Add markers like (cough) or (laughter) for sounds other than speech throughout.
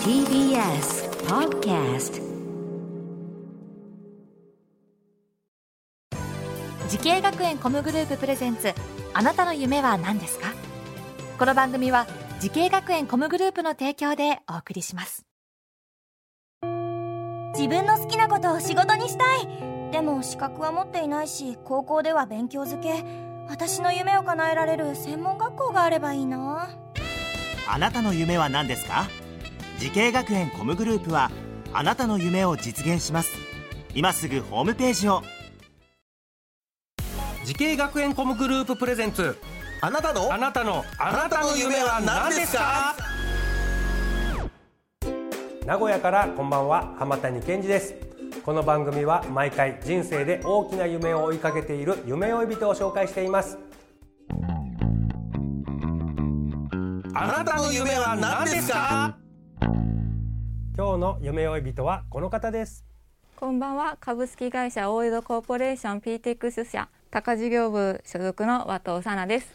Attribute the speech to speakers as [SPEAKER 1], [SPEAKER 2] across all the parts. [SPEAKER 1] TBS Podcast
[SPEAKER 2] 時系学園コムグループプレゼンツあなたの夢は何ですかこの番組は時系学園コムグループの提供でお送りします
[SPEAKER 3] 自分の好きなことを仕事にしたいでも資格は持っていないし高校では勉強づけ私の夢を叶えられる専門学校があればいいな
[SPEAKER 4] あなたの夢は何ですか時系学園コムグループはあなたの夢を実現します今すぐホームページを
[SPEAKER 5] 時系学園コムグループプレゼンツ
[SPEAKER 6] あなたの
[SPEAKER 5] あなたのあ
[SPEAKER 6] な
[SPEAKER 5] な
[SPEAKER 6] た
[SPEAKER 5] た
[SPEAKER 6] の
[SPEAKER 5] の
[SPEAKER 6] 夢
[SPEAKER 5] 夢
[SPEAKER 6] は
[SPEAKER 5] は
[SPEAKER 6] 何
[SPEAKER 5] 何
[SPEAKER 6] で
[SPEAKER 5] ですす
[SPEAKER 6] か
[SPEAKER 5] か
[SPEAKER 7] 名古屋からこんばんは浜谷健二ですこの番組は毎回人生で大きな夢を追いかけている夢追い人を紹介しています
[SPEAKER 5] あなたの夢は何ですか
[SPEAKER 7] 今日の夢追い人はこの方です
[SPEAKER 8] こんばんは株式会社大江戸コーポレーション PTX 社高事業部所属の和藤さなです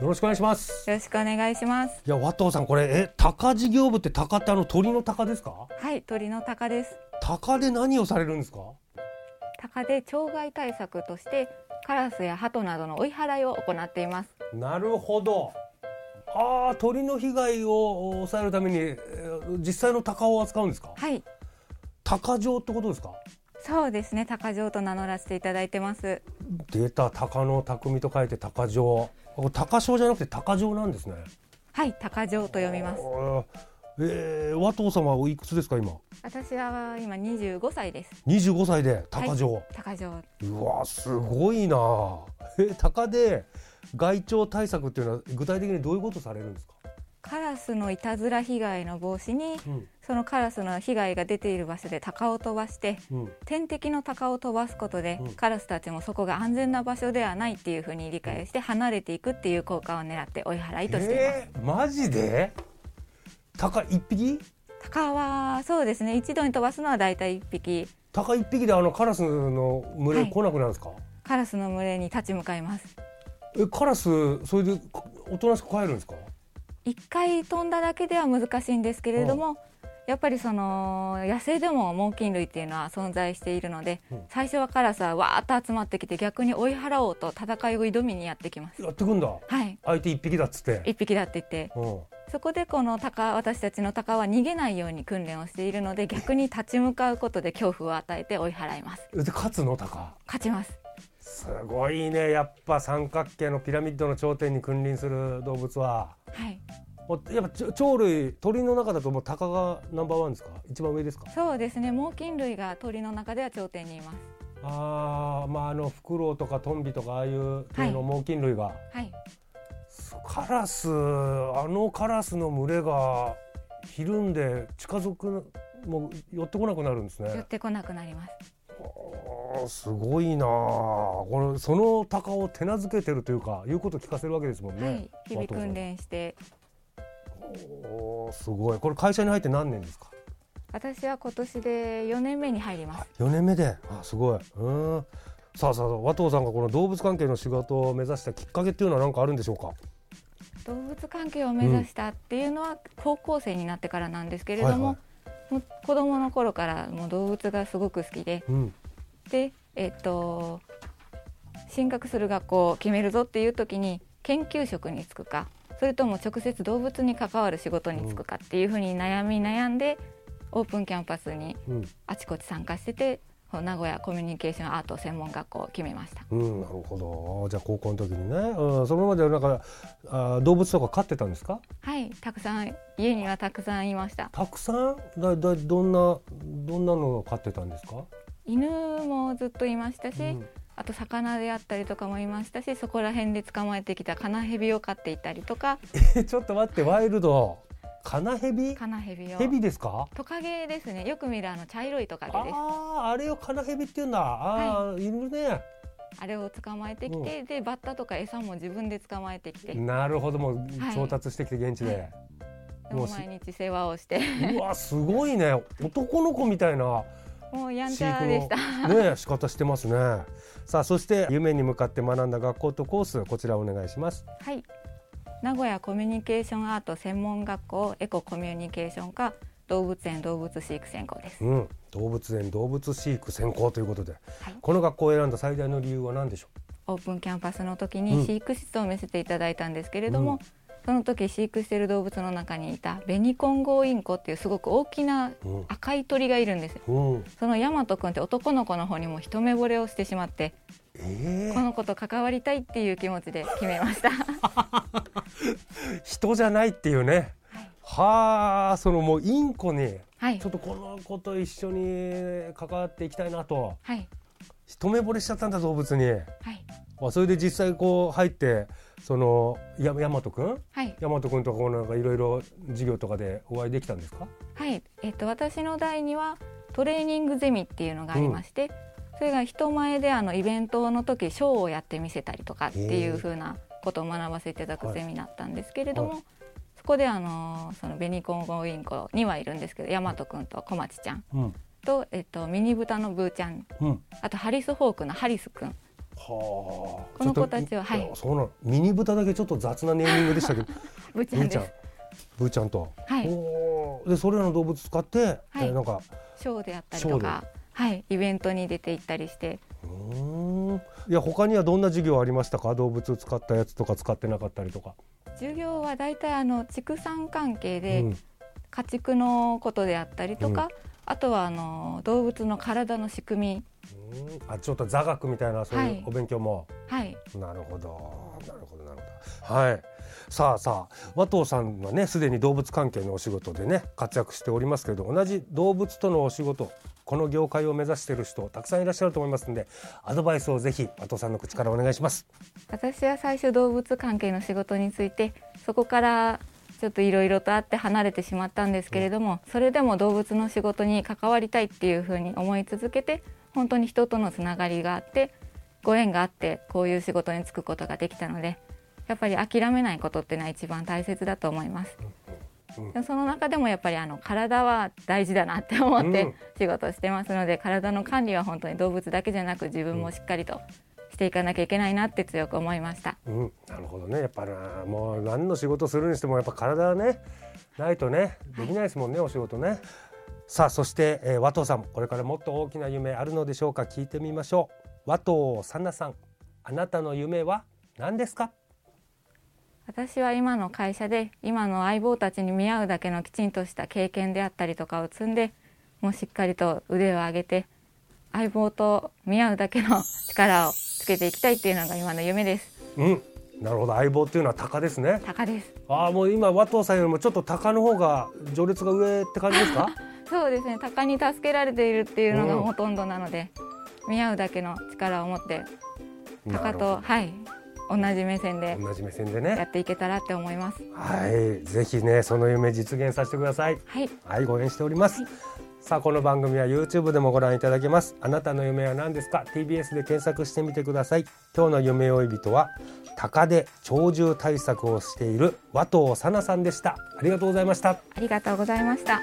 [SPEAKER 7] よろしくお願いします
[SPEAKER 8] よろしくお願いします
[SPEAKER 7] いや和藤さんこれえ鷹事業部って鷹ってあの鳥の鷹ですか
[SPEAKER 8] はい鳥の鷹です
[SPEAKER 7] 鷹で何をされるんですか
[SPEAKER 8] 鷹で鳥害対策としてカラスや鳩などの追い払いを行っています
[SPEAKER 7] なるほどああ鳥の被害を抑えるためにえー実際の鷹を扱うんですか
[SPEAKER 8] はい
[SPEAKER 7] 鷹場ってことですか
[SPEAKER 8] そうですね鷹城と名乗らせていただいてます
[SPEAKER 7] 出た鷹の匠と書いて鷹匠これ鷹匠じゃなくて鷹匠なんですね
[SPEAKER 8] はい鷹城と読みま
[SPEAKER 7] あ
[SPEAKER 8] す
[SPEAKER 7] ーえー、和藤様はおいくつですか今
[SPEAKER 8] 私は今25歳です
[SPEAKER 7] 25歳で鷹城、
[SPEAKER 8] 鷹城
[SPEAKER 7] うわすごいなえ鷹で害鳥対策っていうのは具体的にどういうことされるんですか、
[SPEAKER 8] カラスのいたずら被害の防止に
[SPEAKER 7] うん
[SPEAKER 8] そのカラスの被害が出ている場所で鷹を飛ばして
[SPEAKER 7] うん、
[SPEAKER 8] 天敵の鷹を飛ばすことで、
[SPEAKER 7] うん
[SPEAKER 8] カラスたちもそこが安全な場所ではないっていうふうに理解して離れていくっていう効果を狙って追い払いとしています、
[SPEAKER 7] えー、マジで鷹一匹
[SPEAKER 8] 鷹はそうですね一度に飛ばすのはだいたい1匹
[SPEAKER 7] 鷹一匹であのカラスの群れ
[SPEAKER 8] はい
[SPEAKER 7] 来なくなるんですか、
[SPEAKER 8] カラスの群れに立ち向かいます
[SPEAKER 7] えカラスそれでこおとなしく帰るんですか
[SPEAKER 8] 一回飛んだだけでは難しいんですけれども、やっぱりその野生でも猛禽類っていうのは存在しているので、
[SPEAKER 7] うん
[SPEAKER 8] 最初はカラスはわーっと集まってきて逆に追い払おうと戦いを挑みにやってきます
[SPEAKER 7] やってくんだ
[SPEAKER 8] はい
[SPEAKER 7] 相手一匹だっつって、
[SPEAKER 8] 一匹だって言って
[SPEAKER 7] うん、
[SPEAKER 8] そこでこの鷹私たちの鷹は逃げないように訓練をしているので逆に立ち向かうことで恐怖を与えて追い払います
[SPEAKER 7] えで勝つの鷹
[SPEAKER 8] 勝ちます
[SPEAKER 7] すごいねやっぱ三角形のピラミッドの頂点に君臨する動物は
[SPEAKER 8] はい
[SPEAKER 7] もうやっぱちょ鳥類鳥の中だともう鷹がナンバーワンですか一番上ですか
[SPEAKER 8] そうですね猛禽類が鳥の中では頂点にいます
[SPEAKER 7] あーまああのフクロウとかトンビとかああいう系の猛禽類が、
[SPEAKER 8] はい
[SPEAKER 7] カラスあのカラスの群れがひるんで近づくもう寄ってこなくなるんです
[SPEAKER 8] 寄
[SPEAKER 7] ね
[SPEAKER 8] ってこなくなります
[SPEAKER 7] あーすごいなあこれその鷹を手なずけてるというかいうことを聞かせるわけですもんね、
[SPEAKER 8] はい日々訓練して
[SPEAKER 7] おーすごいこれ会社に入って何年ですか
[SPEAKER 8] 私は今年で4年目に入ります
[SPEAKER 7] 4年目であすごいうんさあさあ和藤さんがこの動物関係の仕事を目指したきっかけっていうのは何かあるんでしょうか
[SPEAKER 8] 動物関係を目指したっていうのは高校生になってからなんですけれども、
[SPEAKER 7] はいは
[SPEAKER 8] もう子供の頃からもう動物がすごく好きで
[SPEAKER 7] うん
[SPEAKER 8] でえっ、と進学する学校を決めるぞっていう時に研究職に就くかそれとも直接動物に関わる仕事に就くかっていうふうに悩み悩んでオープンキャンパスに
[SPEAKER 7] うん
[SPEAKER 8] あちこち参加しててこう名古屋コミュニケーションアート専門学校を決めました
[SPEAKER 7] うん、なるほどじゃあ高校の時にね、うん、そのままでなんかあー動物とか飼ってたんですか
[SPEAKER 8] はいたくさん家にはたくさんいました
[SPEAKER 7] たくさんだだどんなどんなのを飼ってたんですか、
[SPEAKER 8] 犬もずっといましたし、
[SPEAKER 7] うん
[SPEAKER 8] あと魚であったりとかもいましたしそこら辺で捕まえてきたカナヘビを飼っていたりとか
[SPEAKER 7] え (laughs) ちょっと待ってワイルドカナヘビ
[SPEAKER 8] カナヘビを
[SPEAKER 7] ヘビですか
[SPEAKER 8] トカゲですねよく見るあの茶色いトカゲです
[SPEAKER 7] あああれをカナヘビっていうんだああー、いるね
[SPEAKER 8] あれを捕まえてきて、でバッタとか餌も自分で捕まえてきて、
[SPEAKER 7] なるほどもう
[SPEAKER 8] はい
[SPEAKER 7] 調達してきて現地で、
[SPEAKER 8] で
[SPEAKER 7] も
[SPEAKER 8] も
[SPEAKER 7] うし
[SPEAKER 8] 毎日世話をして
[SPEAKER 7] (laughs) うわすごいね男の子みたいな
[SPEAKER 8] もうやん
[SPEAKER 7] 飼
[SPEAKER 8] ちゃ
[SPEAKER 7] 育
[SPEAKER 8] でした
[SPEAKER 7] のね仕方してますねさあそして夢に向かって学んだ学校とコースこちらお願いします
[SPEAKER 8] はい名古屋コミュニケーションアート専門学校エココミュニケーション科動物園動物飼育専攻です。
[SPEAKER 7] うん、動物園動物飼育専攻ということで、
[SPEAKER 8] はい
[SPEAKER 7] この学校を選んだ最大の理由は何でしょ
[SPEAKER 8] オープンキャンパスの時
[SPEAKER 7] うん
[SPEAKER 8] に飼育室を見せていただいたんですけれども、
[SPEAKER 7] うん
[SPEAKER 8] その時飼育している動物の中にいたベニコンゴウインコっていうすごく大きな
[SPEAKER 7] う、うん
[SPEAKER 8] 赤い鳥がいるんですよ
[SPEAKER 7] うん、
[SPEAKER 8] そのヤマト君って男の子の方にも一目惚れをしてしまって
[SPEAKER 7] え
[SPEAKER 8] この子と関わりたいっていう気持ちで決めました
[SPEAKER 7] (laughs) え人じゃないっていうねはあそのもうインコに
[SPEAKER 8] はい
[SPEAKER 7] ちょっとこの子と一緒に関わっていきたいなと
[SPEAKER 8] はい
[SPEAKER 7] 一目惚れしちゃったんだ動物に
[SPEAKER 8] はい
[SPEAKER 7] あそれで実際こう入ってそのや大和くん
[SPEAKER 8] はい
[SPEAKER 7] 大和くんとかこうなんかいろいろ授業とかでお会いできたんですか
[SPEAKER 8] はいえっと私の代にはトレーニングゼミっていうのがありまして、それが人前であのイベントの時ショーをやってみせたりとかってい
[SPEAKER 7] へえ
[SPEAKER 8] う風なことを学ばせていただ
[SPEAKER 7] は
[SPEAKER 8] く
[SPEAKER 7] い
[SPEAKER 8] ゼミだったんですけれども、
[SPEAKER 7] は
[SPEAKER 8] そこであのそのベニコンゴウインコにはいるんですけど大和くんと小町ちゃん
[SPEAKER 7] うん
[SPEAKER 8] と、えっと、ミニブタのブーちゃん
[SPEAKER 7] うん
[SPEAKER 8] あとハリスホークのハリスくん
[SPEAKER 7] はあ
[SPEAKER 8] この子たちは
[SPEAKER 7] ちょっと
[SPEAKER 8] はい
[SPEAKER 7] そうなのミニブタだけちょっと雑なネーミングでしたけど
[SPEAKER 8] (laughs) ブーち
[SPEAKER 7] ブ
[SPEAKER 8] ゃ
[SPEAKER 7] ー
[SPEAKER 8] んで
[SPEAKER 7] ち
[SPEAKER 8] す
[SPEAKER 7] ゃんブーちゃんと、
[SPEAKER 8] はい
[SPEAKER 7] おーでそれらの動物使って、えーなんか
[SPEAKER 8] ショーであったりと
[SPEAKER 7] ショー
[SPEAKER 8] か、はい、イベントに出て行ったりして
[SPEAKER 7] うーんいや他にはどんな授業ありましたか動物を使ったやつとか使ってなかったりとか、
[SPEAKER 8] 授業は大体あの畜産関係で、
[SPEAKER 7] うん
[SPEAKER 8] 家畜のことであったりとか、
[SPEAKER 7] う
[SPEAKER 8] あとはあの動物の体の仕組み、
[SPEAKER 7] うんあちょっと座学みたいなそう
[SPEAKER 8] はいいう
[SPEAKER 7] お勉強も、
[SPEAKER 8] はい、
[SPEAKER 7] なるほどなるほどなるほどはいさあさあ和藤さんはねすでに動物関係のお仕事でね活躍しておりますけれど同じ動物とのお仕事この業界を目指している人たくさんいらっしゃると思いますのでアドバイスをぜひ和藤さんの口からお願いします。
[SPEAKER 8] 私は最初動物関係の仕事についてそこからちょっといろいろとあって離れてしまったんですけれども、それでも動物の仕事に関わりたいっていうふうに思い続けて本当に人とのつながりがあってご縁があってこういう仕事に就くことができたのでやっぱり諦めないことっていうのは一番大切だと思います。でもその中でもやっぱりあの体は大事だなって思っ
[SPEAKER 7] うん
[SPEAKER 8] て仕事してますので、体の管理は本当に動物だけじゃなく自分もしっかりとしていかなきゃいけないなって強く思いました。
[SPEAKER 7] うん、なるほどねやっぱなもう何の仕事するにしてもやっぱ体はねないとねできないですもんね、お仕事ねさあそして、えー和藤さんこれからもっと大きな夢あるのでしょうか聞いてみましょう和藤さなさんあなたの夢は何ですか
[SPEAKER 8] 私は今の会社で今の相棒たちに見合うだけのきちんとした経験であったりとかを積んでもうしっかりと腕を上げて相棒と見合うだけの力をつけていきたいっていうのが今の夢です。
[SPEAKER 7] うんなるほど相棒っていうのは鷹ですね
[SPEAKER 8] 鷹です
[SPEAKER 7] ああもう今和藤さんよりもちょっと鷹の方が序列が上って感じです (laughs) か
[SPEAKER 8] そうですね鷹に助けられているっていうのが
[SPEAKER 7] うん
[SPEAKER 8] ほとんどなので、見合うだけの力を持って
[SPEAKER 7] な
[SPEAKER 8] 鷹
[SPEAKER 7] るほ
[SPEAKER 8] とはい同じ目線で
[SPEAKER 7] ど同じ目線で
[SPEAKER 8] や
[SPEAKER 7] ね
[SPEAKER 8] っていけたらって思います
[SPEAKER 7] はいぜひねその夢実現させてください
[SPEAKER 8] はい
[SPEAKER 7] はい、ご援しております。さあ、この番組は YouTube でもご覧いただけます。あなたの夢は何ですか ?TBS で検索してみてください。今日の夢追い人は、鷹で鳥獣対策をしている和藤さなさんでした。ありがとうございました。
[SPEAKER 8] ありがとうございました